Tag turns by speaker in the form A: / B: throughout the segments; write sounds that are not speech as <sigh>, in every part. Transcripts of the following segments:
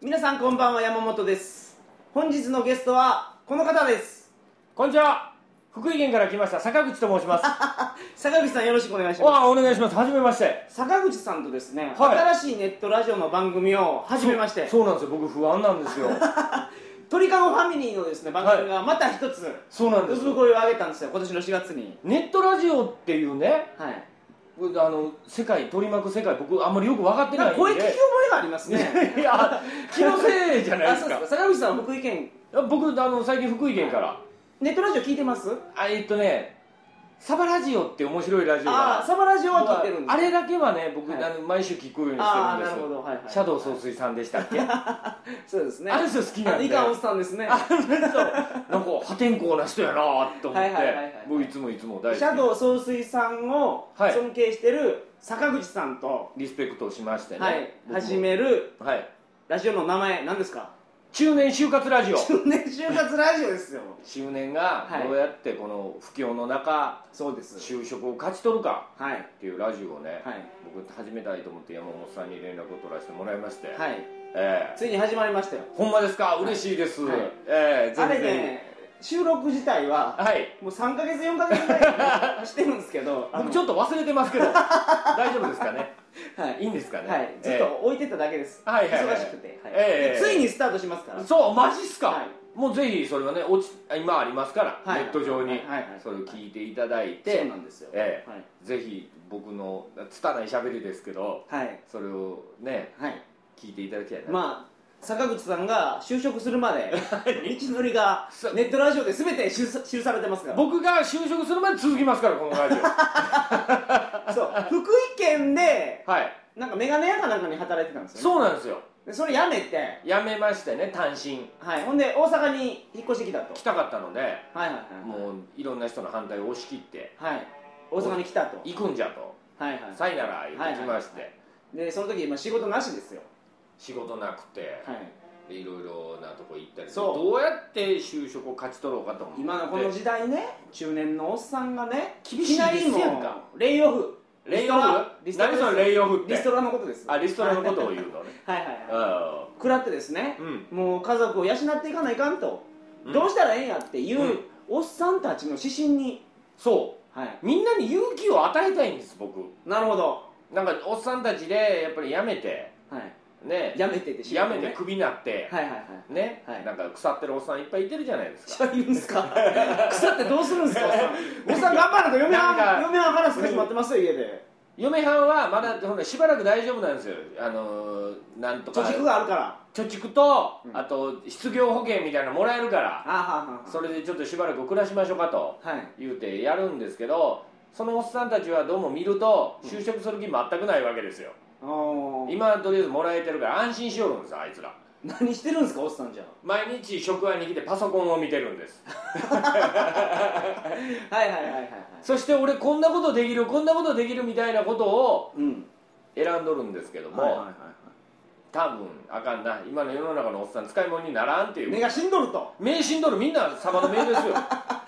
A: 皆さんこんばんは山本です本日のゲストはこの方です
B: こんにちは福井県から来ました坂口と申します
A: 坂口さんよろしくお願いし
B: わ
A: ま
B: あお願いしますはじめまして
A: す坂口さんとですね、
B: はい
A: 新しいネットラジオの番組を始めまして
B: そうそうなんですよ僕不安な
A: <laughs>
B: んですよ
A: 鳥かごファミリーのですね番組がまた一つ
B: そうなんです
A: 産声を上げたんですよ今年の4月に
B: ネットラジオっていうね
A: はい
B: あの世界取り巻く世界僕あんまりよく分かって
A: な
B: なんい
A: か
B: んで
A: 声聞き覚えがありますね
B: いや気のせいじゃない
A: あ
B: で
A: そう
B: すか
A: ですか坂口さんは福井県
B: いや僕あの最近福井県から
A: ネットラジオ聞いてます
B: あえっとねサバラジオって面白いラジオが
A: ああサバラジオは聞いてるんです
B: あれだけはね僕、
A: はい
B: あの毎週聞くようにしてる
A: あ
B: ん
A: あ
B: で
A: な
B: す
A: るほどはいはい
B: シャドウ総帥さんでしたっけ、
A: そうですね
B: あれですよ好きなん
A: あ
B: で
A: いかんおっさんですね
B: あの人なんか破天荒な人やなと思っ
A: はい
B: て
A: はいはいはい
B: 僕いつもいつも大好き
A: シャドウ総帥さんを
B: はい
A: 尊敬してる坂口さんと、
B: リスペクトをしましてね、
A: はい
B: 僕も
A: 始める
B: はい
A: ラジオの名前何です
B: <laughs>
A: か
B: 中年就活ラジオ
A: 中年就活ラジオですよ
B: 中年が
A: はい
B: どうやってこの不況の中
A: そうです
B: 就職を勝ち取るか
A: はい
B: っていうラジオをね、
A: はい
B: 僕始めたいと思って山本さんに連絡を取らせてもらいまして、
A: はい
B: ええ
A: ついに始まりましたよ
B: ほんまですか嬉しいです、
A: はい
B: ええ
A: あれ
B: 全然
A: ね収録自体は
B: はい
A: もう3か月4か月ぐらい
B: <laughs>
A: にしてるんですけど
B: 僕ちょっと忘れてますけど大丈夫ですかね
A: あのはい
B: いいんですかね、
A: はい、ずっ
B: え
A: と置いてただけです、
B: はいはいはい
A: 忙しくて、はい
B: ええ
A: ついにスタートしますから
B: えそうマジっすか、
A: はい
B: もうぜひそれはね落ち今ありますから、
A: はい
B: ネット
A: はい
B: 上に、
A: はいはい
B: それを聞いていただい
A: そう
B: て
A: なんですよ
B: え
A: はい
B: ぜひ僕の拙い喋りですけど
A: はい、
B: それをね
A: はい、
B: 聞いていただきたいな、
A: まあ坂口さんが就職するまで道のりがネットラジオで全て記さ記されてますから
B: 僕が就職するまで続きますからこのラジオ
A: <laughs> そう福井県で
B: はい
A: なんかメガネ屋かなんかに働いてたんですよ、ね、
B: そうなんですよ
A: でそれ辞めて、
B: 辞めましてね単身
A: はい、ほんで大阪に引っ越してきたと
B: 来たかったので
A: はいはいはい
B: もういろんな人の反対を押し切って
A: はい大阪に来たと
B: 行くんじゃと
A: はいは
B: さいなら言ってきまして、
A: はいいでその時今仕事なしですよ
B: 仕事なくて、
A: はい
B: でいろいろなとこ行ったり
A: そう
B: どうやって就職を勝ち取ろうかと思って
A: 今のこの時代ね中年のおっさんがね
B: 厳しいですやんか
A: きなりもうレイオフ
B: レイオフ
A: リストラ
B: 何そのレイオフっ
A: リ
B: て
A: ストラのことです
B: あリストラのことを言
A: <laughs>
B: うのね
A: はいはいはい食らってですね
B: う、ん
A: もう家族を養っていかないかんと、
B: うん
A: どうしたらええんやっていう、
B: うん
A: おっさんたちの指針に
B: そ
A: はい、
B: うみんなに勇気を与えたいんです僕
A: なるほど、
B: なんかおっさんたちでやっぱりやめて
A: はい、
B: ね
A: やめてって仕
B: や
A: 事ね
B: めてクビになって
A: はいはいはい
B: ね
A: はい
B: なんか腐ってるおっさんいっぱいいてるじゃないです
A: し
B: か
A: ゃいるんですか腐ってどうするんですかおっさんおっさん頑張らんと嫁はん
B: なんか
A: 嫁はん話す始まってますよ家で
B: 嫁はんはまだほんでしばらく大丈夫なんですよあのーなんとか
A: 貯蓄があるから
B: 貯蓄と
A: うん
B: あと失業保険みたいなのもらえるから
A: あは
B: それでちょっとしばらく暮らしましょうかと
A: ははい
B: 言うてやるんですけどそのおっさんたちはどうも見ると
A: うん
B: 就職する気全くないわけですよ、
A: おー
B: 今はとりあえずもらえてるから安心しよるんですあいつら
A: 何してるんですかおっさんじゃ
B: 毎日職場に来てパソコンを見てるんです
A: はいはいはいはいはい
B: そして俺こんなことできるこんなことできるみたいなことを
A: うん
B: 選んどるんですけども、
A: はいはいはいは
B: 多分あかんな今の世の中のおっさん使い物にならんってい
A: い目
B: う
A: が死んどると
B: 名神ドルみんな様の名
A: <laughs>
B: ですよは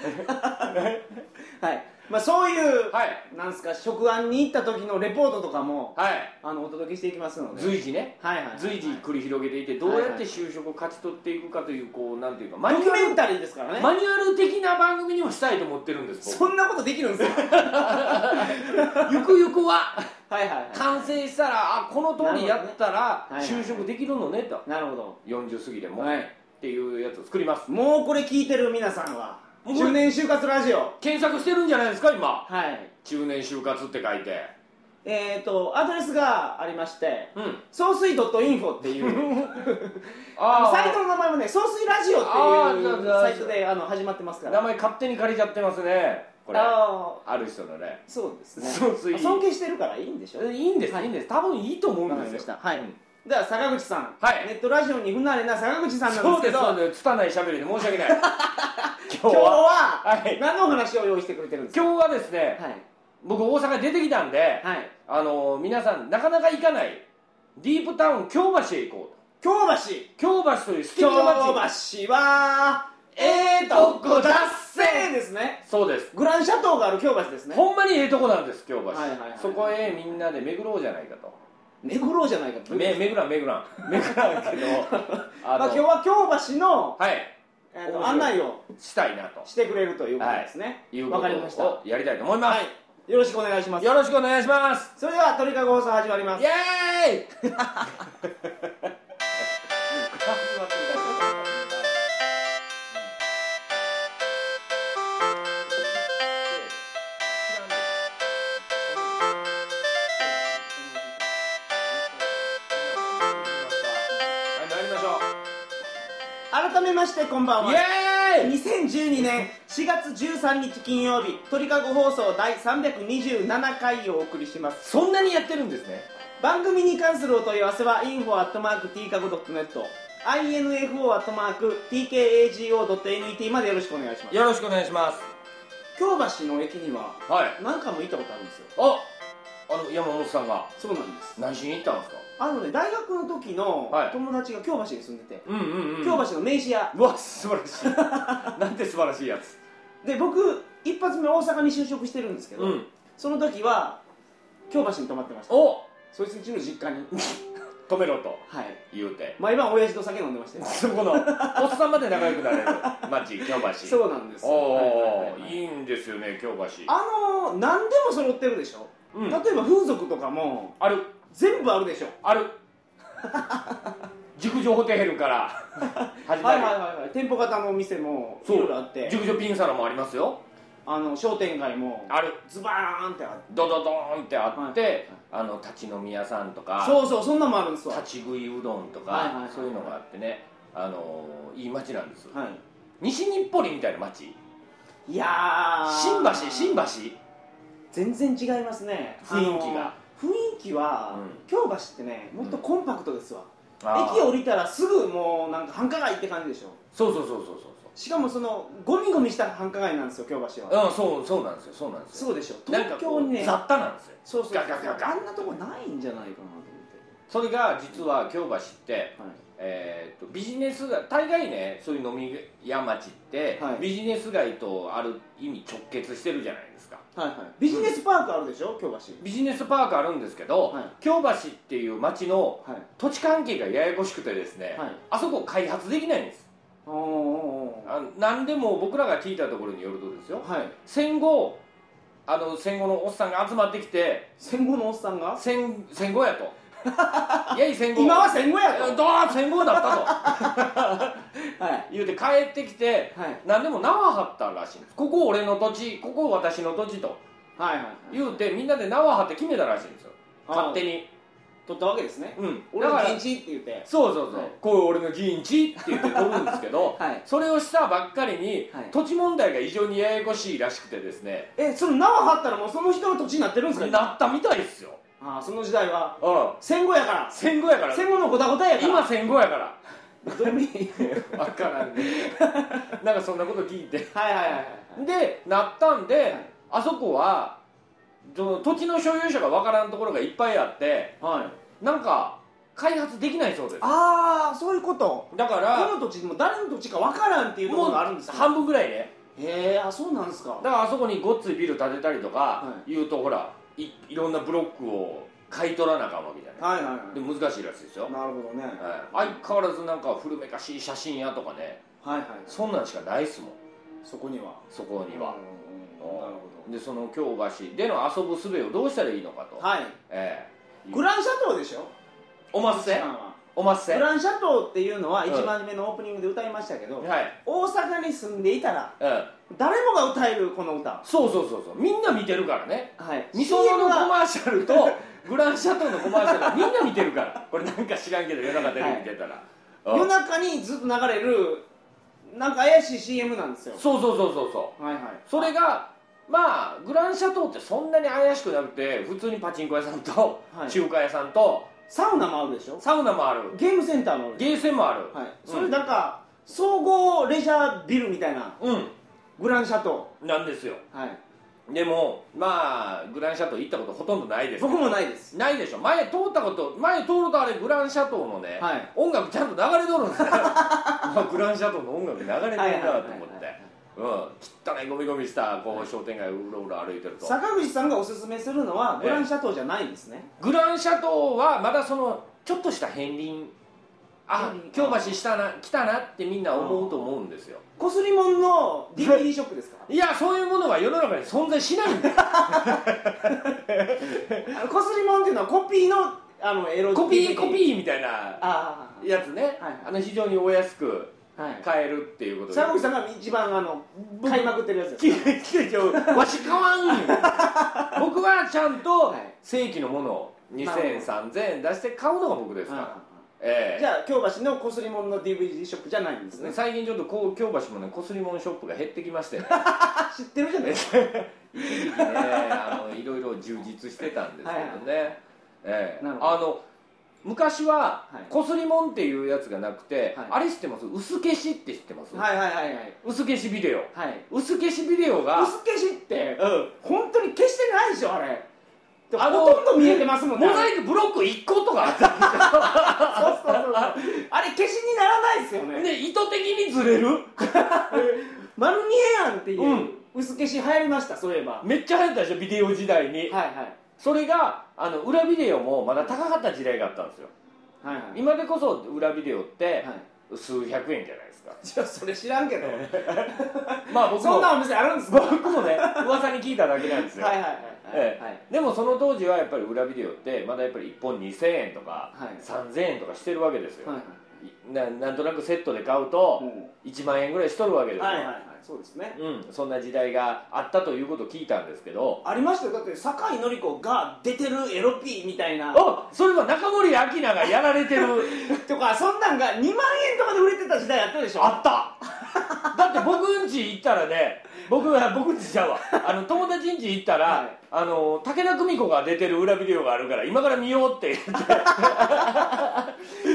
A: はいまあそういう
B: い
A: なんですか食案に行った時のレポートとかも
B: はい
A: あのお届けしていきますので
B: 随時ね
A: はいはいはい
B: 随時繰り広げていてどうやって就職を勝ち取っていくかというこうなんていうかマニ
A: ドキ
B: ュ
A: ュ
B: ア
A: メ
B: ル
A: ンタリーですからね
B: マニュアル的な番組にもしたいと思ってるんです
A: そんなことできるんですよ
B: 僕ゆくゆく <laughs> は
A: はいはいは
B: 完成したらあこの通りやったら
A: なるほどね
B: 就職できるのねと
A: いなるほど
B: 40過ぎでも
A: は
B: っ
A: い
B: ていうやつを作ります
A: もうこれ聞いてる皆さんは
B: もうこれ
A: 中年就活ラジオ
B: 検索してるんじゃないですか今
A: はい
B: 中年就活って書いて
A: えっ、ー、とアドレスがありまして
B: うん
A: 総水 .info っていう
B: <laughs> あ
A: サイトの名前もね総水ラジオっていう
B: あー
A: サイトであの始まってますか
B: 名
A: ら
B: 前勝手に借りちゃってますねこれあ
A: あ
B: る人のね
A: ーそうですね
B: 総帥
A: 尊敬してるからいいんでしょ
B: えいいんです、
A: はい
B: い、いんです多分いいと思
A: わ
B: う
A: か
B: ん
A: り
B: で
A: ますし
B: よ
A: たはい、
B: うん
A: では坂口さん、
B: はい
A: ネットラジオに不慣れな坂口さんなん
B: そう
A: ですけ
B: です
A: ど
B: そうです拙い喋りで申し
A: <laughs>
B: 訳ない今
A: 今
B: 日
A: 日
B: は
A: は
B: はい
A: 何のお話を用意してくれてるんですか
B: 今日はですね
A: はい
B: 僕大阪出てきたんで
A: はい
B: あのー皆さんなかなか行かないディープタウン京橋へ行こう
A: 京橋
B: 京橋という素敵
A: 京
B: な
A: 橋
B: 街
A: はええとこだっせですね
B: そうです
A: グランシャトーがある京橋ですね
B: ほんまにええとこなんです京橋、
A: はいはいはい
B: そこへみんなで巡ろうじゃないかと
A: 巡ろうじゃないかと
B: めめぐらんめぐらんめぐらんけど <laughs> あ
A: ま
B: の、
A: あ、今日は京橋の,、
B: はい
A: えーと
B: 面白い
A: 案内を
B: したいなと
A: してくれるということですね
B: いう
A: わ、
B: こと
A: かりました
B: をやりたいと思います、
A: はいよろしくお願いします
B: よろしくお願いします
A: それでは鳥かご放送始まります
B: イエーイはい参りましょ
A: 改めましてこんばん
B: う
A: は
B: イエーイ
A: 2012年4月13日金曜日鳥かご放送第327回をお送りします
B: そんなにやってるんですね
A: 番組に関するお問い合わせは info.tkago.net info.tkago.net までよろしくお願いします
B: よろしくお願いします
A: 京橋の駅には
B: はい
A: 何回も行ったことあるんですよ
B: ああの山本さんが
A: そうなんです
B: 何しに行ったんですか
A: あのね大学の時の
B: はい
A: 友達が京橋に住んでて、
B: うんうん
A: 京橋の名刺屋
B: うわ素晴らしいなんて素晴らしいやつ
A: で僕一発目大阪に就職してるんですけど、
B: うん
A: その時は京橋に泊まってました
B: お
A: そいつんちの実家 <laughs> に
B: 止めろと
A: はい
B: 言うて
A: 毎晩親父と酒飲んでましたよ
B: そこのおっさんまで仲良くなれる町京橋
A: そうなんですよはいは
B: おお
A: いはい
B: いいんですよね京橋
A: あのー、何でも揃ってるでしょ、
B: うん
A: 例えば風俗とかも
B: ある
A: 全部あるでしょ
B: ある熟女ホテルから始ま
A: はいはいはい
B: る
A: はい店舗型のお店もい
B: そう
A: ろいろあって
B: 熟女ピンサロもありますよ
A: あの商店街も
B: ある
A: ズバーンってあって
B: ドドドーンってあって、
A: はいはい
B: あの立ち飲み屋さんとか
A: そうそうそんなんもあるんですわは
B: 立ち食いうどんとか、
A: はいはいはい
B: そういうのがあってね、あのーいい町なんです、
A: い
B: 西日暮里みたいな町
A: いや
B: 新
A: ー
B: 橋新橋
A: 全然違いますね
B: 雰囲気が
A: あのー雰囲気は、
B: うん
A: 京橋ってねもっとコンパクトですわ、
B: あー
A: 駅降りたらすぐもうなんか繁華街って感じでしょ
B: そうそうそうそうそ
A: しかもそのゴミゴミした繁華街なんですよ京橋は、
B: うそううんそうそうなんですよそうなんですよ
A: そうでしょ
B: なんか
A: 東京にね
B: 雑多なんですよ
A: そうそうそう
B: ガガガガ
A: あんなとこないんじゃないかなと思っ
B: それが実は京橋って
A: て、はい、
B: えー、とビジネス街大概ねそういう飲み屋町って、
A: はい
B: ビジネス街とある意味直結してるじゃないですか
A: はいはい、ビジネスパークあるでしょ京橋
B: ビジネスパークあるんですけど、
A: はい
B: 京橋っていう町の
A: はい
B: 土地関係がややこしくてですね、
A: はい
B: あそこ開発できないんです
A: おーおー
B: あ何でも僕らが聞いたところによるとですよ
A: おーはい
B: 戦後あの戦後のおっさんが集まってきて
A: 戦後のおっさんが
B: 戦戦後
A: <laughs>
B: やといやいや戦後
A: 今は戦後やと
B: えどう戦後だった
A: はい
B: と言うて帰ってきて
A: はい
B: 何でも縄張ったらしいんですここ俺の土地ここ私の土地と
A: はいはい
B: 言うてみんなで縄張って決めたらしいんですよ勝手
A: に
B: に
A: 取ったわけですね
B: うん
A: 俺
B: だ
A: の
B: から
A: 現地って言って
B: そうそうそう、
A: はい
B: これ俺の陣地って言って飛ぶんですけど <laughs>
A: はい
B: それをしたばっかりに、
A: はい
B: 土地問題が異常にややこしいらしくてですね
A: えその縄張ったらもうその人の土地になってるんですか
B: なったみたいですよ、
A: ああその時代は
B: うん、
A: 戦後やか
B: 戦後やから
A: ら戦後のごたごたやから
B: <laughs> 今戦後やから
A: 今どういう意味
B: 分からんねなんかそんなこと聞いて
A: はいはいはいはい
B: でなったんで、
A: い
B: あそこはその土地の所有者が分からんところがいっぱいあって
A: はいはい
B: なんか開発できないそうです
A: ああそういうこと
B: だか
A: こ
B: ら
A: の土地も誰の土地かわからんっていうとこ
B: も
A: ろ
B: う
A: があるんですよ
B: 半分ぐらいね
A: へえあそうなんですか
B: だからあそこにごっついビル建てたりとか
A: は
B: 言うと、ほらいいろんなブロックを買い取らなあかんわけじゃない
A: はいはいはい
B: で難しいらしいですよ、
A: なるほどね
B: はい、相変わらずなんか古めかしい写真屋とかね
A: はいはい
B: そんなんしかないっすもん
A: そこには
B: そこには、
A: うんうんなるほ
B: でその京橋での遊ぶ術をどうしたらいいのかと、
A: どはい
B: ええ
A: グランシャトーでしょ
B: おまっせ
A: 一番は
B: おまっせ
A: グ
B: はい
A: ランシャトーっていうのは
B: うん
A: 1番目のオープニングで歌いましたけど、大阪に住んでいたら
B: うん
A: 誰もが歌えるこの歌
B: そうそうそうそうみんな見てるからね
A: はい
B: みその
A: CM
B: のコ
A: が
B: マーシャルとグランシャトーのコマーシャルみんな見てるからこれなんか知らんけど夜中テレビ見てたら、うん
A: 夜中にずっと流れるなんか怪しい CM なんですよ
B: そうそうそうそうそう
A: はいはい
B: それがまあグランシャトーってそんなに怪しくなくて普通にパチンコ屋さんと
A: はい
B: 中華屋さんと
A: サウナもあるでしょ
B: サウナもある
A: ゲームセンターもあるでし
B: ゲーセンもある
A: ょはい
B: うん
A: それなんか総合レジャービルみたいな
B: う
A: グランシャト
B: んなんですよ
A: ーはい
B: でもまあグランシャトー行ったことほとんどないです
A: 僕もないです
B: ないでしょ前通ったこと前通るとあれグランシャトーのね、
A: はい <laughs>
B: 音楽ちゃんと流れとるんですよまあグランシャトーの音楽流れてるなと
A: はいは
B: 思って、
A: いはいはい
B: うん、汚いゴミゴミしたこう商店街うろうろ歩いてると
A: 坂口さんがおすすめするのはグランシャトーじゃないんですね、
B: グランシャトーはまだそのちょっとした片鱗あ
A: 片鱗
B: 京橋したな来たなってみんな思うと思うんですよ
A: こすりもんの DVD ショップです <laughs> か
B: いやそういうものは世の中に存在しないんだよ
A: <laughs> あのこすりもんっていうのはコピーのあのエロ
B: コピーコ
A: ー
B: ピーみたいな
A: あ
B: やつね、
A: はい
B: あの非常にお安く
A: あはい
B: 買えるっていうことで
A: 坂口さんが一番あの
B: 僕
A: 買いまくってるやつです
B: ききちょわし買わんよ
A: <laughs>
B: 僕はちゃんと
A: はい
B: 正規のものを
A: なる
B: 2000円3000円出して買うのが僕ですから、
A: う
B: え
A: ん
B: え
A: じゃあ京橋のこすりもんの DVD ショップじゃないんですね
B: 最近ちょっとこう京橋もねこすりもんショップが減ってきましてね
A: あ知ってるじゃないですか <laughs>
B: 一時期ねあのいろいろ充実してたんですけどね、ええ
A: なるほど
B: あの昔は
A: はい
B: こすりもんっていうやつがなくて、
A: はい
B: あれ知ってます薄消しって知ってます、
A: はいはいはいはい
B: 薄消しビデオ
A: はい
B: 薄消しビデオが
A: 薄消しって
B: うん
A: 本当に消してないでしょあれ
B: あの
A: ほとんど見えてますもんね
B: モザイクブロック1個とかあった
A: そうそうそう <laughs> あれ消しにならないですよね
B: で意図的にずれる
A: <laughs> 丸見えやんっていう、
B: うん
A: 薄消し流行りましたそういえばは
B: めっちゃ流行ったでしょビデオ時代に、
A: いはい
B: それがあの裏ビデオもまだ高かった時代があったんですよ
A: はいはい
B: 今でこそ裏ビデオって
A: はい
B: 数百円じゃないですか、
A: じゃあそれ知らんけど
B: まあ僕
A: そん
B: も
A: なお店あるんですかはい
B: 僕もね噂に聞いただけなんですよ、
A: はいはいはい
B: ええ
A: はい
B: でもその当時はやっぱり裏ビデオってまだやっぱり1本2000円とか
A: はい
B: 3000円とかしてるわけですよ、
A: はい
B: いななんとなくセットで買うと1万円ぐらいしとるわけですよ、
A: はいはいはいそうですね
B: うん、そんな時代があったということを聞いたんですけど
A: ありましたよだって酒井紀子が出てるエロピーみたいな
B: あそれは中森明菜がやられてる
A: とかそんなんが2万円とかで売れてた時代あったでしょ
B: あっただって僕ん家行ったらね僕は僕ん家ちゃうわあの友達ん家行ったら、
A: はい
B: あの武田久美子が出てる裏ビデオがあるから今から見ようって言って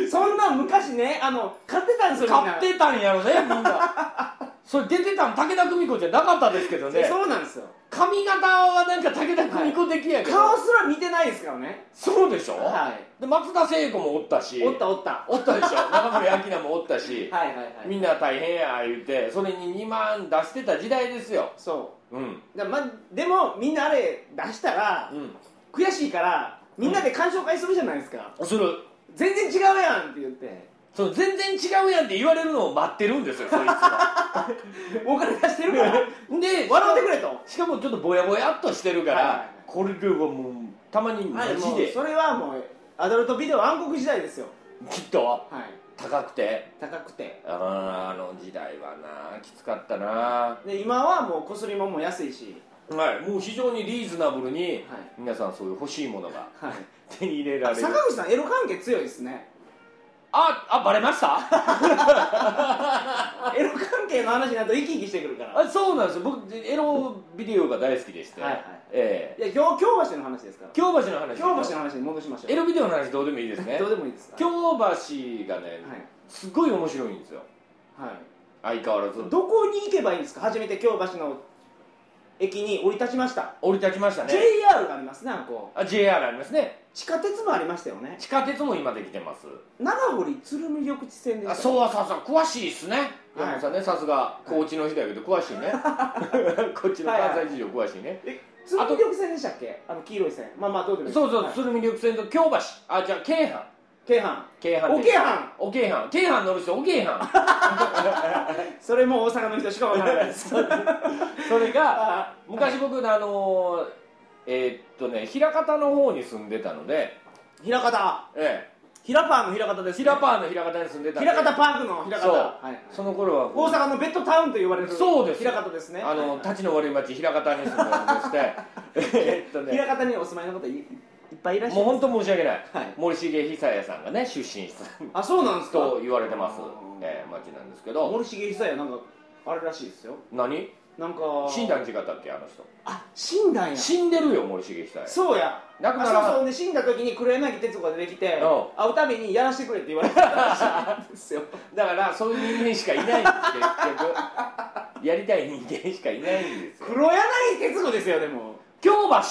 A: そんなん昔ねあの買ってたんですよみんな
B: 買ってたんやろ <laughs> ねみんなそれ出てたん武田久美子じゃなかったですけどね
A: そうなんですよ
B: 髪型はなんか武田久美子的やけど、
A: 顔すら見てないですからね
B: そうでしょ、
A: は
B: で松田聖子もおったし
A: おったおった
B: おったでしょ中森明菜もおったし
A: はいはいはい
B: みんな大変や言うてそれに2万出してた時代ですよ
A: そ
B: うん
A: うだから、ま、でもみんなあれ出したら
B: うん
A: 悔しいからみんなで鑑賞会するじゃないですか、
B: それ
A: 全然違うやんって言って
B: その全然違うやんって言われるのを待ってるんですよそい
A: <laughs>
B: つは
A: お金出してる
B: <laughs>
A: から
B: で
A: 笑ってくれと
B: しかもちょっとぼやぼやっとしてるから、
A: はいはいはい
B: これではもうたまにマ
A: はい
B: ジ
A: もう
B: で
A: それはもうアダルトビデオ暗黒時代ですよ
B: きっと
A: はい
B: 高くて
A: 高くて
B: あーあの時代はなきつかったな
A: で今はもうこすりもんも安いし
B: はいもう非常にリーズナブルに、
A: はい
B: 皆さんそういう欲しいものが
A: はい
B: 手に入れ
A: あ
B: られる
A: 坂口さんエロ関係強いです
B: <laughs>
A: ね
B: ああバレました
A: エロ関係の話になると生き生きしてくるから
B: あそうなんですよ僕エロビデオが大好きでして、
A: はいはい
B: え
A: いや京京橋の話ですから
B: え京橋の話
A: 京橋の話に戻しましょう
B: エロビデオの話どうでもいいですね
A: どうでもいいです
B: 京橋がね、
A: はい
B: すごい面白いんですよ
A: はい、
B: 相変わらず
A: どこに行けばいいんですか初めて京橋の駅に降り立ちました、
B: 降り立ちましたね
A: JR がありますねあのこ
B: あ JR ありますね
A: 地下鉄もありましたよね
B: 地下鉄も今できてます
A: 長堀鶴見緑地線でした
B: あそうそうそう詳しいっすね山本さんねさすが高知の人やけど詳しいね <laughs> こっちの関西事情詳しいね
A: え鶴見緑地線でしたっけあの黄色い線まあまあどうでもいいです
B: そうそう
A: はい
B: 鶴見緑線と京橋あじゃあ京阪
A: 京阪
B: 京阪
A: お
B: です
A: 京阪
B: お京阪京阪乗る人お京阪
A: それも大阪の人しかわからないです
B: そ
A: <laughs>
B: れが
A: あ
B: 昔僕あのーえーっとね枚方の方に住んでたので、
A: 平方
B: え
A: 平パーの平方で
B: え、
A: す、ね、
B: 平パーの枚方に住んでたんで
A: 平方パークの平方
B: そう
A: はいはい
B: その頃はこ
A: 大
B: う
A: 阪のベッドタウンと言われる
B: そうです
A: 平方ですね
B: あの
A: はい
B: 立ちの悪い町枚方に住んでおりま <laughs> してえーっと
A: 枚
B: ね
A: 方にお住まいの方いいっぱいいらっしゃ
B: もう
A: る
B: 本当申し訳ない、
A: はい
B: 森重久彌さんがね出身した
A: あそうなんですか
B: と言われてます
A: あー、
B: ええ、町なんですけど
A: 森重久彌なんかあれらしいですよ
B: 何
A: なんか
B: 死んだん違ったっけあの人
A: あ死んだんや
B: 死んでるよ森重久彌
A: そうや
B: 亡くな
A: あ
B: ら
A: そうそうで死んだ時に黒柳徹子が出てきて
B: う
A: 会うたびにやらせてくれって言われてたらしいん <laughs> ですよ
B: だからそういう人間しかいないんです結局やりたい人間しかいないんですよ
A: 黒柳徹子ですよでも
B: 京
A: は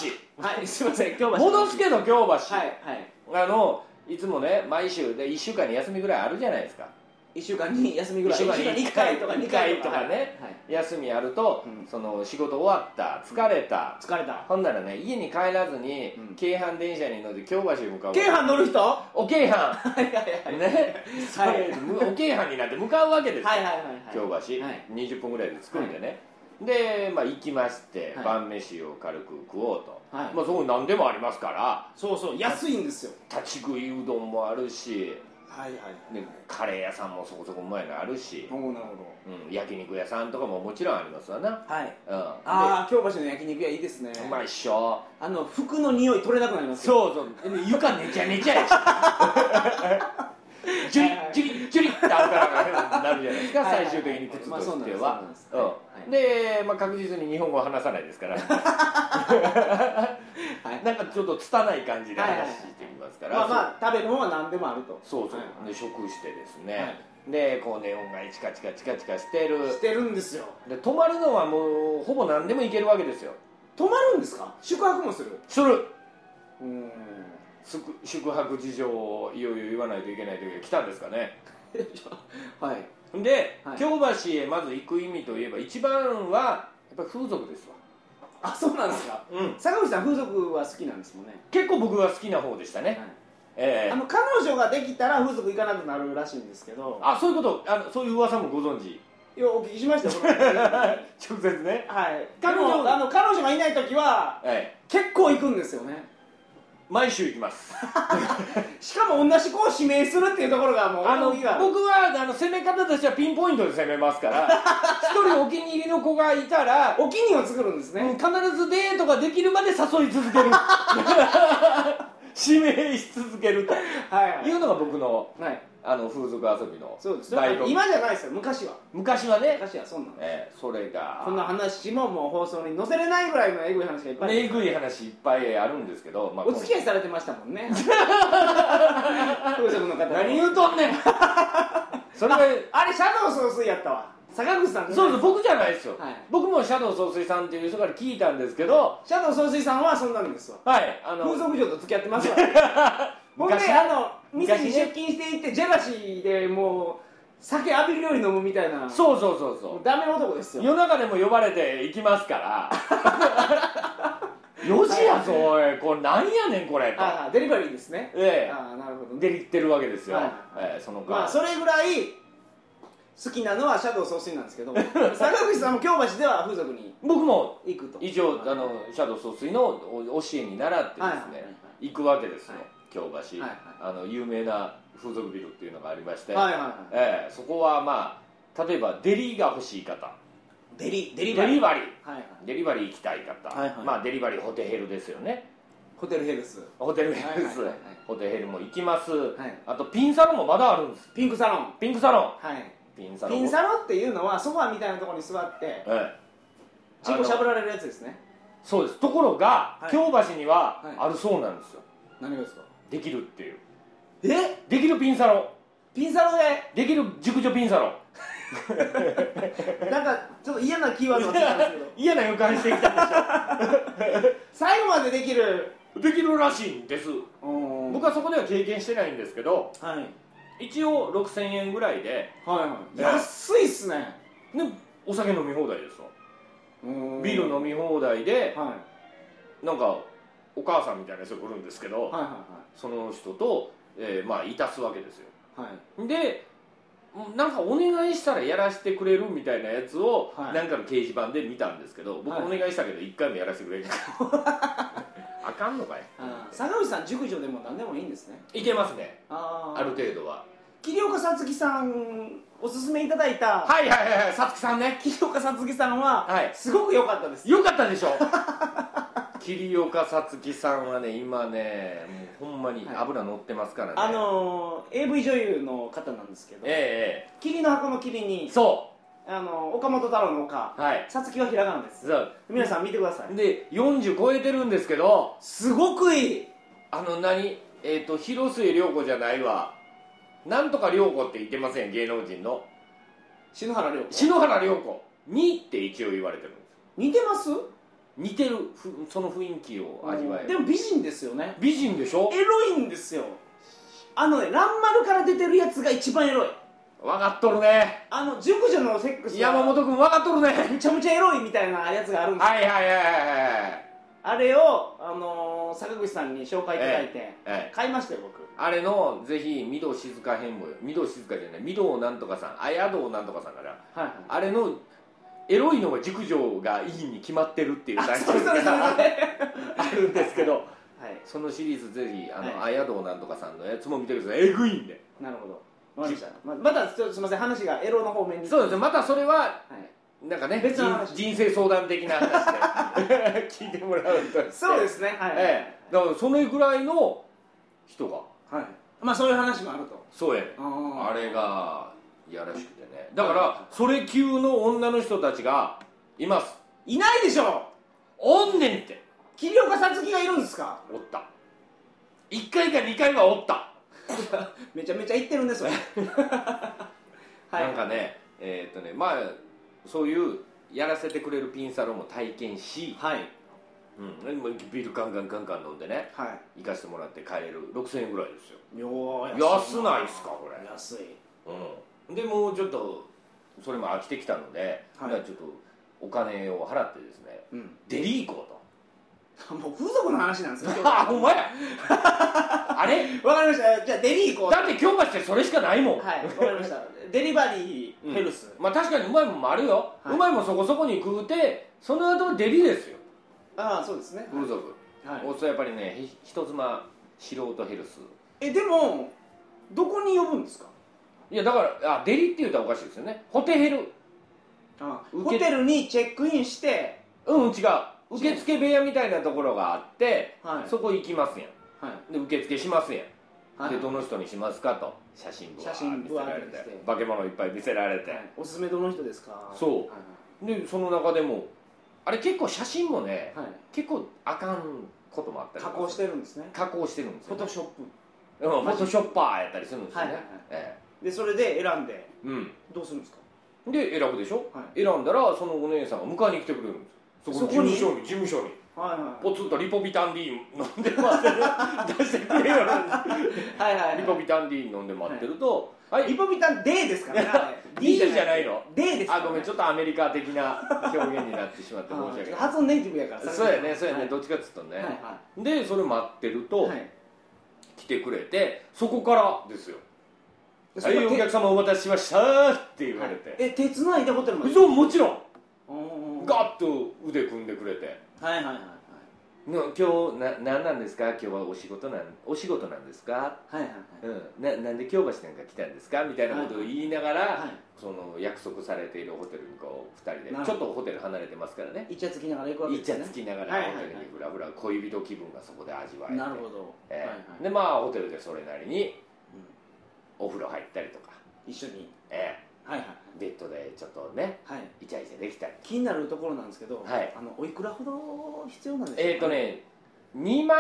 A: いすいません今日
B: 橋
A: は
B: 戻すけど京橋、
A: はいはい
B: あのいつもね毎週で1週間に休みぐらいあるじゃないですか
A: 1週間に休みぐらい
B: 一週間に
A: 1回とか2回とか
B: 一回とかね、
A: はいはい
B: 休みあると、
A: うん
B: その仕事終わった疲れた、
A: 疲れた
B: ほんならね家に帰らずに、
A: うん
B: 京阪電車に乗って京橋へ向かう
A: 京阪乗る人は
B: お京
A: い
B: 阪
A: はいはい
B: ね、 <laughs> そ
A: はい
B: れむお京阪になって向かうわけですよ、
A: はいはいはいはい
B: 京橋、
A: はい
B: 20分ぐらいで着くんでね、で、まあ、行きまして、
A: はい
B: 晩飯を軽く食おうと、
A: はい
B: まあ、そこに何でもありますから
A: そうそう安いんですよ
B: 立ち食いうどんもあるし
A: はいはい
B: でカレー屋さんもそこそこうまいのあるし、
A: おおなるほど
B: うん、焼肉屋さんとかももちろんありますわな、
A: はい
B: うん、
A: ああ京橋の焼肉屋いいですね
B: でうまいっしょ
A: あの服の匂い取れなくなりますよ
B: そうそうで床ねちゃねちゃやし <laughs> ジュリッジュリッジュリッってあるからなるじゃないですか
A: はいはい
B: 最
A: はい
B: 終的に靴と
A: まあそうなん
B: して
A: です
B: は
A: そうなんです
B: うんで、まあ、確実に日本語は話さないですから
A: はい
B: <laughs> なんかちょっと拙い感じで話してきますから
A: まあまあ食べる方は何でもあると
B: そうそう、
A: はいはい
B: で食してですね、
A: は
B: でこうネオン街チカチカチカチカしてる
A: してるんですよ
B: で泊まるのはもうほぼ何でも行けるわけですよ
A: 泊まるんですか宿泊もする
B: する
A: うーん
B: 宿宿泊事情をいよいよ言わないといけない時が来たんですかね
A: はい
B: で、
A: はい
B: 京橋へまず行く意味といえば一番はやっぱり風俗ですわ、
A: あそうなんですか
B: うん、
A: 坂口さん風俗は好きなんですもんね、
B: 結構僕は好きな方でしたね、え
A: あ
B: え
A: の彼女ができたら風俗行かなくなるらしいんですけど
B: あそういうことあのそういう噂もご存知
A: いやお聞きしま
B: <laughs>
A: したよこの時はい
B: 直接ね
A: 彼女あの彼女がいない時は
B: ええ
A: 結構行くんですよね
B: 毎週行きます
A: しかも同じ子を指名するっていうところがもう
B: あの
A: 奥
B: 僕
A: 義がある
B: はあの攻め方としてはピンポイントで攻めますから
A: <laughs>
B: 一人お気に入りの子がいたら
A: お気に入りを作るんですね、
B: うん必ずデートができるまで誘い続ける <laughs> 指名し続けると
A: はいはい
B: いうのが僕の
A: はい
B: あの風俗遊びの
A: そうです
B: 醍醐味
A: 今じゃないですよ昔は
B: 昔はね、
A: 昔はそんなの
B: えーそれが
A: こんな話ももう放送に載せれないぐらいのエグい話がいっぱい、
B: えぐい話いっぱいあるんですけど、まあ、
A: お付き合いされてましたもん
B: <laughs>
A: ね風俗の方と
B: 何言うとん
A: <laughs>
B: ねんそれが
A: あれシャドウ総帥やったわ坂口さんじゃ
B: そ
A: な
B: う
A: い
B: そう僕じゃないですよ、
A: はい
B: 僕もシャドウ総帥さんっていう人から聞いたんですけど
A: シャドウ総帥さんはそんなんですわ
B: はいあの
A: 風俗嬢と付き合ってます
B: <laughs>
A: わほんで
B: 昔ね
A: あの店に
B: 昔ね
A: 出勤していってジェラシーでもう酒浴びるより飲むみたいな
B: そうそうそう
A: もう
B: そ
A: ダメ男です
B: う
A: よ
B: <laughs> 夜中でも呼ばれて行きますから
A: <laughs>
B: 4時やぞおいこれなんやねんこれと、
A: はいはいデリバリーですね
B: え
A: ああなるほど
B: え
A: ね
B: で行ってるわけですよ、
A: はい
B: ええその間、
A: まあそれぐらい好きなのはシャドウ総帥なんです <laughs> けど坂口さんも京橋では風俗に
B: 僕も
A: 行くと
B: 以上あのシャドウ総帥のお教えに習ってですね、
A: はいはいはいはい
B: 行くわけですよ、
A: はい
B: 京橋、
A: はいはい
B: あの有名な風俗ビルっていうのがありまして、
A: はいはいはい
B: ええそこはまあ例えばデリが欲しい方
A: デリデ
B: デ
A: リ
B: リ
A: バリー
B: バリー
A: はいはい
B: デリバリー行きたい方、
A: はいはい
B: まあデリバリーホテヘルですよね
A: ホテルヘルス
B: ホテルヘルス、
A: はいはいはいはい
B: ホテヘルも行きます、
A: い
B: あとピンサロンもまだあるんです
A: ピンクサロン
B: ピンクサロン
A: はい
B: ピンサロン
A: ピンサロンっていうのはソファーみたいなところに座って
B: ええ
A: チンコしゃぶられるやつですね
B: そうですところが、
A: はい
B: 京橋には
A: はい
B: あるそうなんですよ
A: 何がですか
B: できるっていう
A: え
B: できるピンサロン
A: ピンサロで
B: できる熟女ピンサロン
A: なんかちょっと嫌なキーワードがついたん <laughs> ですけど
B: 嫌な予感してきた <laughs>
A: 最後までできる
B: できるらしいんです僕
A: 僕
B: はそこでは経験してないんですけど
A: はいはい
B: 一応6000円ぐらいで
A: はい安いっすね
B: ねお酒飲み放題ですわビ
A: ビ
B: ール飲み放題で
A: はい
B: なんかお母さんみたいな人来るんですけど、
A: はいは
B: その人と、えーまあいたすわけですよ
A: いはい
B: でなんかお願いしたらやらせてくれるみたいなやつを、
A: はい
B: なんかの掲示板で見たんですけど僕
A: はい
B: お願いしたけど一回もやらせてくれない、 <laughs> あかんのかい
A: あー坂口さん熟女でも何でもいいんですね
B: いけますね
A: あ
B: ある程度は
A: 桐岡さつきさんおすすめいただいた
B: はいはいはいはいさつきさんね
A: 桐岡さつきさんは
B: はい
A: すごく良かったです
B: よかった
A: <laughs>
B: でしょ桐岡さつきさんはね今ねもうほんまに
A: はい
B: 油乗ってますからね、
A: あのー AV 女優の方なんですけど
B: ええ
A: 霧の箱の霧
B: ええ
A: に
B: そ
A: あのー岡本太郎の岡
B: うはい
A: さつきはひらがなです
B: そう
A: 皆さん見てください
B: で40超えてるんですけど
A: すごくいい
B: あの何えっ、と広末涼子じゃないわなんとか涼子って言ってません芸能人の
A: 篠原涼子
B: 篠原涼子にって一応言われてるんです
A: 似てます
B: 似てるふその雰囲気を味わえる
A: でも美人ですよね
B: 美人でしょ
A: エロいんですよあのね「らんまる」から出てるやつが一番エロい
B: 分かっとるね
A: あの熟女のセックス
B: 山本君分かっとるね
A: めちゃめちゃエロいみたいなやつがあるんですよ
B: はいはいはいはいはい
A: あれを、あのー坂口さんに紹介いただいて、
B: ええ
A: 買いましたよ僕
B: あれのぜひ御堂静香編もよ御堂静香じゃない御堂なんとかさん綾堂なんとかさんかな
A: はいはい
B: あれのエロいのが熟女がいいに決まってるっていう
A: あ
B: タイト
A: それ
B: ル
A: それそれそれ
B: が
A: は
B: <laughs> あるんですけど
A: い
B: そのシリーズぜひあの、
A: は
B: 綾堂なんとかさんのやつも見てくださいえぐいんで
A: なるほどわかりましたままたちょっとすみません話がエロの方面に
B: そうですねまたそれは
A: はい
B: なんかね
A: 別の話
B: 人人生相談的な話で <laughs> 聞いてもらうと、
A: そうですすねはい、
B: ええ、だからそれぐらいの人が
A: はい、まあそういう話もあると
B: そうやねあ
A: あ
B: れがいやらしくてねだからそれ級の女の人たちがいます
A: いないでしょ
B: おんねんって
A: 桐岡さつきがいるんですか
B: おった1回か2回はおった、
A: めちゃめちゃ言ってるんですよ <laughs> はい
B: なんかねえーっとねまあそういうやらせてくれるピンサロも体験し、
A: はい
B: うん、でもビールガンガンガンガン飲んでね
A: は
B: 行かせてもらって帰れる6000円ぐらいですよ
A: いよー
B: 安ないっすかこれ
A: 安い
B: うん、でもうちょっとそれも飽きてきたので、
A: はい
B: じゃあちょっとお金を払ってですね
A: うん
B: デリー行こう
A: <laughs> もう風俗の話なんですよ <laughs>
B: と
A: わ
B: <laughs> あほんまやあれ
A: かりましたじゃあデリー行こう
B: だって京橋ってそれしかないもん、
A: はいわかりましたデリバリーヘルス、
B: まあ確かにうまいもんもあるよ、
A: はいう
B: まいもんそこそこに食うてその後デリーですよ
A: ああそうですね
B: 風俗、
A: はい
B: おっさんやっぱりねひ人妻素人ヘルス
A: えでもどこに呼ぶんですか
B: いやだからあデリーって言うたらおかしいですよねホテヘル
A: ああ
B: 受
A: ホ
B: け
A: テルにチェックインして
B: うん違う受付部屋みたいなところがあって、
A: はい
B: そこ行きますやん
A: はい
B: で受付しますやん、
A: はい
B: でどの人にしますかと写真ぶわ
A: 写真
B: ー見せ
A: ぶわ
B: ら
A: ー
B: れ
A: って見
B: て
A: せて
B: 化け物いっぱい見せられて、
A: はいおすすめどの人ですか
B: そう
A: は
B: でその中でもあれ結構写真もね
A: いはい、はい
B: 結構あかんこともあったり
A: 加
B: とか
A: 工してるんですね
B: 加工してるんです
A: フ
B: よ
A: ォトショップ
B: うんフォトショッパーやったりするんですよね、
A: はいはいはい
B: え
A: でそれで選んで
B: えうん
A: どうするんですか
B: で選ぶでしょ、
A: は
B: 選んだらそのお姉さんが迎えに来てくれるんですよそこの事務所に事務所に
A: はいはい
B: ポツンとリポビタン D 飲んで待ってる出してくれよ
A: はいはいはい
B: リポビタン D 飲んで待ってるとはい、
A: リポビタン D ですからねあれ
B: D じゃないの
A: D ですから
B: あ
A: ね
B: ごめんちょっとアメリカ的な表現になってしまって申し
A: あ
B: 訳
A: ー
B: な
A: 発音ネイティブやから
B: いそうやねそうやね、
A: はい
B: どっちかっつうとね、
A: はい
B: でそれ待ってると、
A: はいはい
B: 来てくれてそこからですよ「
A: でそ
B: は
A: こ
B: いお客様お待たせしました」って言われて、
A: え手つないでホテルまで
B: そうもちろん
A: おー
B: ガッと腕組んでくれて
A: はいはいはいはい
B: 「な今日な何なんですか今日はお仕事なんお仕事なんですか?」
A: はいはい
B: うん、ななんで京橋なんか来たんですかみたいなことを言いながら、
A: はいはい
B: その約束されているホテルにこう2人で
A: なるほど
B: ちょっとホテル離れてますからね
A: イチャつきながら行くわけ
B: イ
A: で
B: チ
A: す
B: ャ
A: ね
B: つきなが
A: は
B: ら
A: い
B: ホ
A: はい
B: テルにふらふら恋人気分がそこで味わえて
A: なるほど、は
B: え
A: い
B: え
A: はい
B: でまあホテルでそれなりに
A: うん
B: お風呂入ったりとか、
A: 一緒に
B: え
A: はいはい
B: えベッドでちょっとね
A: はい
B: イチャイチャできたり
A: 気になるところなんですけど、
B: はい
A: あのおいくらほど必要なんですか
B: えっ、ー、とね2万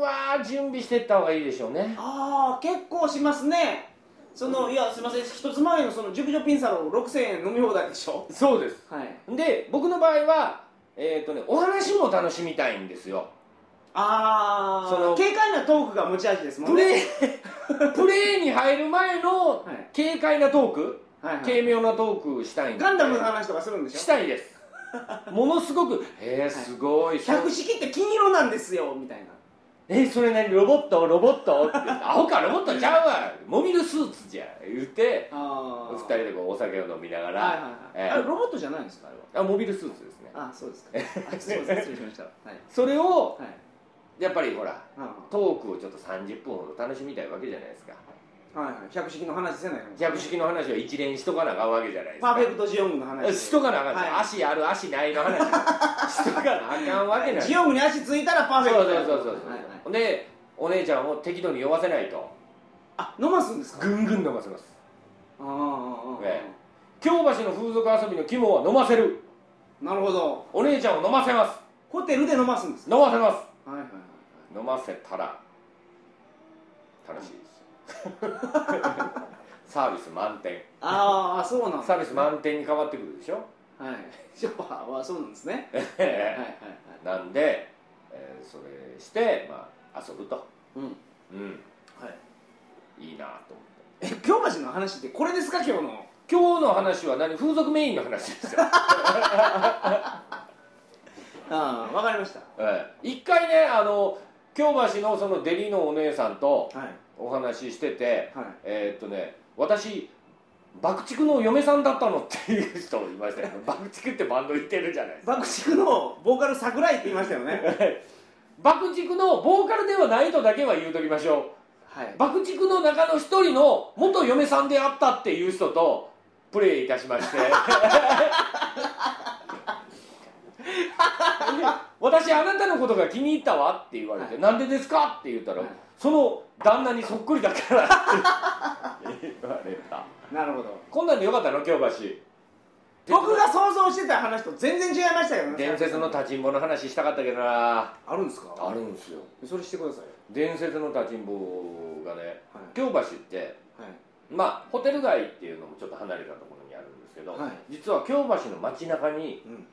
B: は準備してった方がいいでしょうね
A: ああ結構しますねその、いやすいません一つ前のその熟女ピンサロ6000円飲み放題でしょ
B: そうです
A: はい
B: で僕の場合はえっ、とねお話も楽しみたいんですよ
A: ああ
B: その
A: 軽快なトークが持ち味ですもん
B: プレ
A: ね
B: イプレイに入る前の
A: はい
B: 軽快なトーク、
A: はいはい
B: 軽妙なトークしたいんで
A: ガンダムの話とかするんでしょ
B: したいですものすごく「えー、すごい」
A: 百式って金色なんですよみたいな
B: えーそれ何ロボットロボット?」って言って「アホかロボットちゃうわモビルスーツじゃん」言って
A: あ
B: 二
A: ー
B: 人でこうお酒を飲みながら、
A: はいはいはい、
B: えー
A: あれロボットじゃないんですかあれは
B: あモビルスーツですね
A: あそうですかあすい
B: <laughs>
A: ません失礼しましたはい
B: それを
A: はい
B: やっぱりほら
A: あ
B: トークをちょっと30分ほど楽しみたいわけじゃないですか
A: ーはいはい百式の話せないの
B: 百式の話は一連しとかなあかんわけじゃないです
A: パ
B: か
A: ーフェクトジオングの話
B: しとかなあかん、
A: はい
B: 足ある足ない
A: <laughs>
B: の話しとかなあかんわけない
A: ジオングに足ついたらパーフェ
B: そ
A: ク
B: う
A: ト
B: そうそうそうそう、
A: はいはい
B: でお姉ちゃんを適度に酔わせないと
A: あ飲ますんですか
B: ぐんぐん飲ませます
A: あーあーあー
B: え京橋の風俗遊びの肝は飲ませる
A: なるほど
B: お姉ちゃんを飲ませます
A: ホテルで飲ますんですか
B: 飲ませます
A: はいはいはい
B: 飲ませたら楽しいです <laughs> サービス満点
A: ああそうなんです
B: サービス満点に変わってくるでしょ <laughs>
A: はいショパーはそうなんですねはいはいはい
B: なんで、えーそれして、まあ、遊ぶと
A: うん
B: うん
A: はい
B: いいなと思って
A: え京橋の話ってこれですか今日の
B: 今日の話は何風俗メインの話ですよ、
A: ああ分かりました
B: ええ一回ねあの京橋のそのデリのお姉さんと
A: はい
B: お話ししてて
A: はい
B: えーっとね私爆竹の嫁さんだったのっていう人いましたよね爆竹ってバンド言ってるじゃないですか
A: 爆竹のボーカル桜井って言いましたよね
B: 爆竹のボーカルではないとだけは言うときましょ
A: はい、
B: う爆竹の中の一人の元嫁さんであったっていう人とプレイいたしまして <laughs> 私あなたのことが気に入ったわって言われ
A: は
B: て、
A: い
B: なんでですかって言ったら、
A: はい
B: その旦那にそっくりだからって言われた
A: なるほど
B: こんなんでよかったの京橋
A: 僕が想像してた話と全然違いましたけどね
B: 伝説の立ちんぼの話したかったけどな
A: あるんですか
B: あるんですよ
A: それしてください
B: 伝説の立ちんぼがね
A: はい
B: 京橋ってまあホテル街っていうのもちょっと離れたところにあるんですけど、
A: はい
B: 実は京橋の街中に
A: うん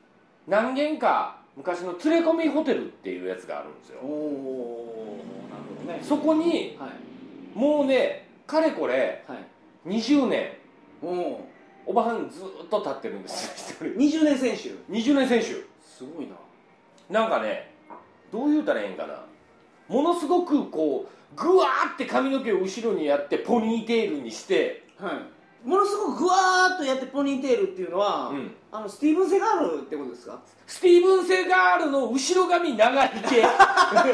B: 何軒か昔の連れ込みホテルっていうやつがあるんですよ
A: おおなるほどね
B: そこに
A: はい
B: もうねかれこれ
A: はい
B: 20年
A: おお
B: おばはんずっと立ってるんです <laughs> よ一
A: 20年選手
B: 人20年選手
A: すごいな
B: なんかねどう言うたらええんかなものすごくこうぐわーって髪の毛を後ろにやってポニーテールにして、
A: はいものすごくぐわーっとやってポニーテールっていうのは、
B: うん
A: あのスティーブン・セガールってこと <laughs> ですか
B: スティーブン・セガールの後ろ髪長い系あ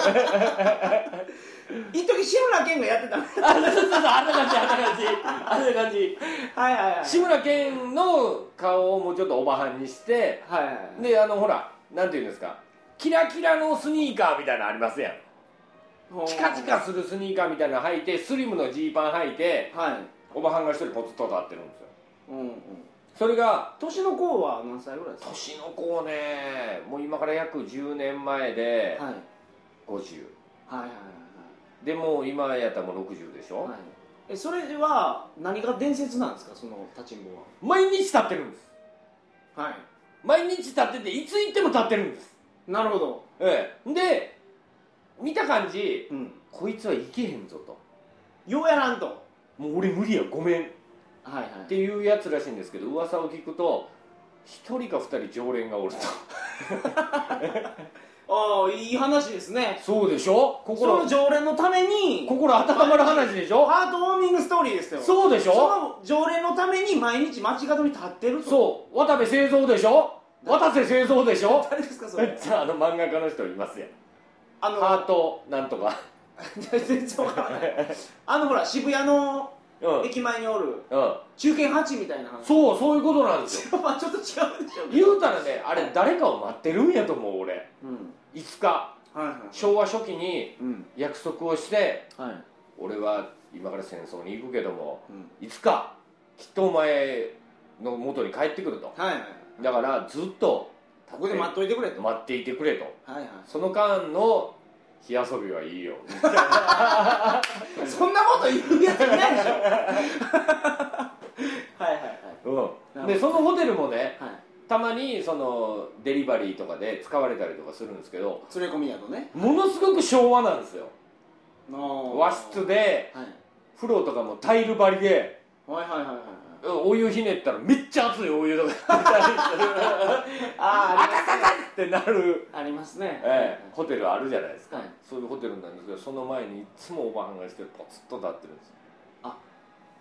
A: 一時志村けんがやってたはい
B: そうそうそうあんな感じあんな感じあんな感じ
A: はいはいはい
B: 志村けんの顔をもうちょっとおばはんにして
A: はいはいはい
B: であのほらなんていうんですかキラキラのスニーカーみたいなのありますやん
A: おー
B: チカチカするスニーカーみたいなの履いてスリムのジーパン履いて
A: はい
B: おばはんが一人ポツッと立ってるんですよ
A: うんうん
B: それが
A: 年の子は何歳ぐらいですか
B: 年の子はねもう今から約10年前で
A: はい
B: 50、
A: はいはいはい
B: でもう今やったらもう60でしょ、
A: はいはいえそれは何が伝説なんですかその立ちんぼ
B: 毎日立ってるんです
A: はは
B: 毎日立ってていつ行っても立ってるんです
A: いなるほど
B: ええで見た感じ
A: うん
B: こいつはいけへんぞと
A: ようやらんと
B: もう俺無理やごめんっ
A: はいはい
B: ていうやつらしいんですけど噂を聞くと1人か2人常連がおると
A: ああいい話ですね
B: <laughs> そうでしょ
A: その
B: 心
A: 常連のために
B: 心温まる話でしょ
A: ハートウォーミングストーリーですよ
B: そうでしょ
A: その常連のために毎日街角に立ってると
B: そう渡部製造でしょ渡瀬製造でしょ
A: 誰ですかそ
B: めっ
A: れ
B: ち <laughs> ゃあの漫画家の人いますやん
A: あ
B: ハ
A: の
B: ートなんと <laughs> か
A: <laughs> 全然わからないあのほら渋谷の
B: うん、うん、
A: 駅前におる中堅八みたいな話
B: そうそういうことなんですよ
A: <laughs> まあちょっと違うでしょうけど
B: 言うたらねあれ誰かを待ってるんやと思う俺
A: うん
B: いつか
A: はいはい
B: 昭和初期に
A: うん
B: 約束をして
A: はい
B: 俺は今から戦争に行くけども
A: うん
B: いつかきっとお前の元に帰ってくると
A: はいはい
B: だからずっと
A: ここで待っといてくれと
B: 待っていてくれと
A: はいは
B: その間の火遊びはい
A: <laughs>
B: いよ
A: いそんなこと言うやついないでしょはいはい
B: うんでそのホテルもね
A: はいはい
B: たまにそのデリバリーとかで使われたりとかするんですけど
A: 連れ込みやとね
B: ものすごく昭和なんですよ和
A: 和
B: 室で
A: はい
B: 風呂とかもタイル張りで
A: はいはいはいはいはい
B: お湯ひねったらめっちゃ熱いお湯とか
A: <laughs>
B: あ
A: あ
B: たたたってなる、
A: あありますね
B: ええ、ホテルあるじゃないですか、
A: はい
B: そういうホテルなんですけどその前にいつもおばはんがしてポツッと立ってるんですよ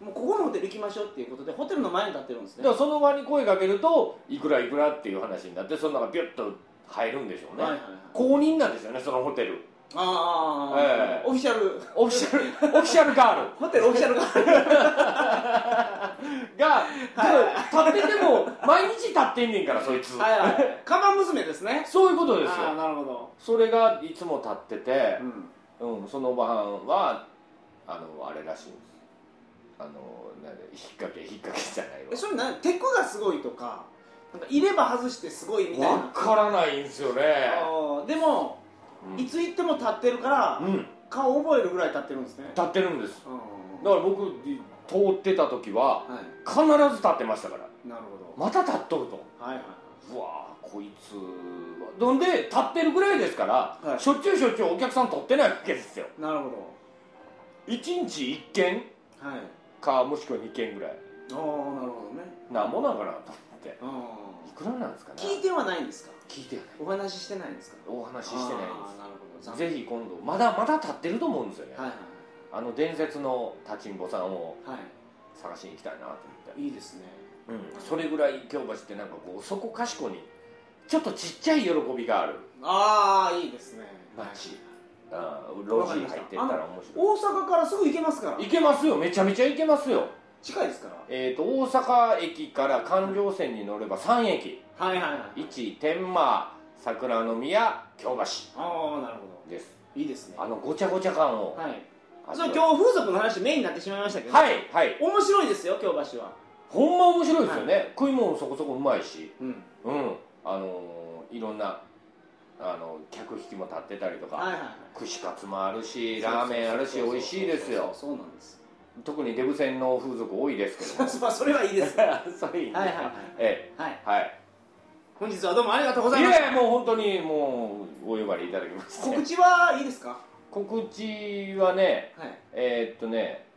A: もうここのホテル行きましょうっていうことでホテルの前に立ってるんです
B: だ
A: ね
B: からその場に声かけるといくらいくらっていう話になってその中ビュッと入るんでしょうね、
A: はいはいはい
B: 公認なんですよねそのホテル
A: ああ、
B: ええ
A: オフィシャル
B: <laughs> オフィシャルオフィシャルガール
A: ホテルオフィシャルが
B: が、立ってても毎日立ってんねんからそい <laughs> つ、
A: はいはいはい看板娘ですね
B: そういうことです
A: ああ
B: よ
A: なるほど、
B: それがいつも立ってて
A: う、ん、
B: うんそのおばはんはあのあれらしいんですあのなんで引っ掛け引っ掛けじゃない
A: えそれなテクがすごいとかなんか入れ歯外してすごいみたい
B: わ
A: な
B: 分からないんですよね
A: ああでも、
B: うん
A: いつ行っても立ってるから、
B: うん
A: 顔覚えるぐらい立ってるんですね
B: 立ってるんです
A: う
B: だ
A: ん
B: から僕通ってた時
A: は
B: は必ず立ってましたから
A: いなるほ
B: また立っとると
A: どはいはいう
B: わーこいつはどんで立ってるぐらいですから、
A: はい
B: しょっちゅうしょっちゅうお客さん取ってないわけですよ
A: なるほ
B: 一日一件
A: どはい
B: かもしくは2件ぐらい
A: ああなるほどね
B: なんもなんかなと思って
A: うん
B: いくらなんですかね
A: 聞いてはないんですか
B: 聞いてない
A: お話ししてないんですか
B: お話ししてない
A: あーなるほ
B: で
A: ど
B: すぜひ今度まだまだ立ってると思うんですよね、
A: はいは
B: あの伝説の立ちんぼさんを
A: いは
B: 探しに行きたいなと思って
A: いいいですね
B: うん、それぐらい京橋ってなんかこうそこかしこにちょっとちっちゃい喜びがある
A: ああいいですね
B: 街
A: はい
B: あー路地に入ってったら面白い
A: 大阪からすぐ行けますから
B: 行けますよめちゃめちゃ行けますよ
A: 近いですから
B: えー、と大阪駅から環状線に乗れば3駅
A: はいはいはい
B: 1天満桜の宮
A: あ
B: 京
A: あなるほ
B: 橋です
A: どいいですね
B: あ
A: は
B: のごちゃごちゃ感を
A: い
B: 味
A: そ
B: わ
A: う
B: う
A: 今日風俗の話メインになってしまいましたけど
B: はいはい
A: 面白いですよ京橋は
B: ほんま面白いですよね、食い物もそこそこうまいし
A: うん
B: うんあのーいろんなあの客引きも立ってたりとか、
A: はいはいはい
B: 串カツもあるしラーメンあるし美味しいですよ
A: そうそうそうそうそうなんです <laughs>
B: 特にデブ戦の風俗多いですけど
A: ま <laughs> あそれはいい
B: <laughs>
A: ですは
B: それいい
A: い
B: ね
A: はいはい
B: え
A: はい
B: えはい
A: 本日はどうもありがとうござ
B: い
A: いま
B: やい
A: し
B: やもう本当にもうお呼ばれいただきましたて
A: 告知はいいですか
B: 告知はね
A: はい
B: えー、っとね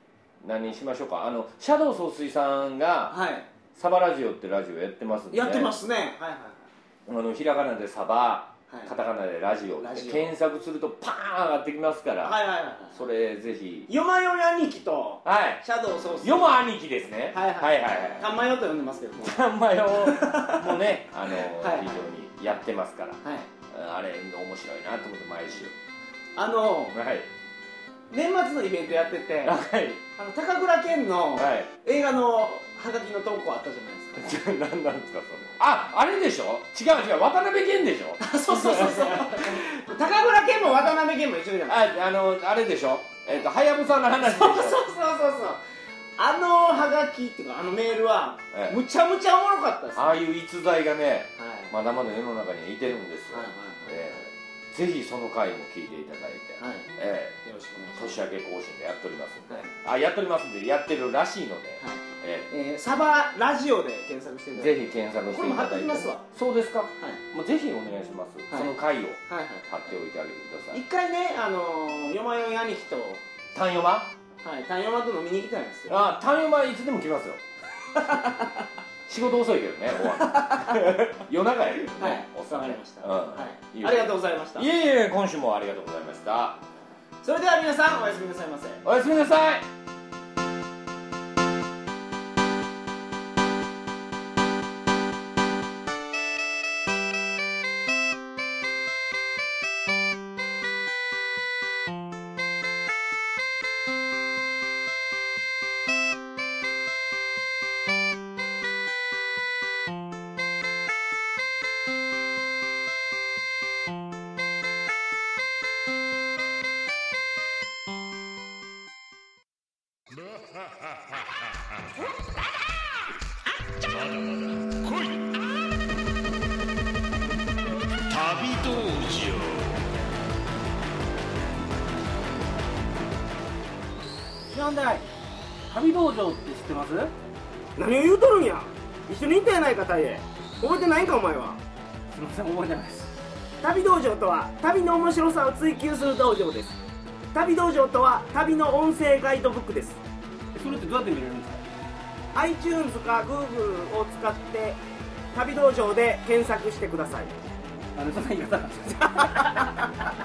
B: 何にしましょうかあのシャドウ総帥さんが
A: はい
B: 「サバラジオ」ってラジオやってますんで
A: やってますねはいはい
B: あのひらがなでサバ
A: はい
B: カタカナでラジオ
A: ラ
B: って
A: ジオ
B: 検索するとパーン上がってきますから、
A: はいはいはい
B: それぜひ
A: よまよや兄貴と
B: はい
A: シャドウソース
B: よも兄貴ですね
A: はいはい
B: はいはい
A: たんまよと呼んでますけども
B: たんまよ
A: <laughs>
B: もねあの、
A: はい
B: 非常にやってますから
A: はい
B: あれ面白いなと思って毎週
A: あの
B: はい
A: 年末のイベントやっててあ
B: はい
A: の高倉健の
B: はい <laughs>
A: 映画のハガキの投稿あったじゃないですか
B: 何なんなんですかそれああれでしょ違う違う渡辺謙でしょ
A: あ <laughs> そうそうそうそう高倉健も渡辺健も一緒じゃない
B: ああのあれでしょえっ、とはやぶさの話でしょ
A: そうそうそうそうあのハガキっていうかあのメールは
B: ええ
A: むちゃむちゃおもろかったです
B: ああいう逸材がね
A: はい
B: まだまだ世の中にはいてるんですよ、
A: はいはい
B: ええぜひその回も聞いていただいて、
A: はい
B: ええ
A: よろしくお願いします
B: 年明け更新でやっておりますんで、
A: はい
B: あやっておりますんでやってるらしいので、
A: はい
B: え
A: えーサバラジオで検索して
B: え
A: いただいて
B: ぜひ検索していただ
A: こ
B: い
A: れ
B: て
A: も貼っときますわ
B: そうですか
A: はい
B: もうぜひお願いします、
A: はい
B: その回を
A: はいはい
B: 貼っておいてあげてくださ
A: 一
B: い
A: 回ねあのーよまよい兄貴と
B: 単読は
A: はい単山と飲みに行きたいんですよ
B: あ単読はいつでも来ま
A: <laughs>
B: すよ仕事遅いけどね終わる夜中やけどね、
A: はい
B: おっさ
A: わ
B: ん
A: か
B: ね
A: りました、
B: うん
A: はい
B: いよ
A: ありがとうございました
B: いえいえ今週もありがとうございました
A: それでは皆さんおやすみなさいませ
B: おやすみなさい
C: 旅道場
A: なんだい
D: 旅道場って知ってますす
A: 何を言うとるんや一緒にいたやないかタイへ覚えてないんかお前はい
D: ません覚えてないです
A: 旅道場とは旅の面白さを追求する道場です旅道場とは旅の音声ガイドブックです
D: えそれってどうやって見れるんですか
A: iTunes か Google を使って旅道場で検索してください
D: あれそんな言い方なんですか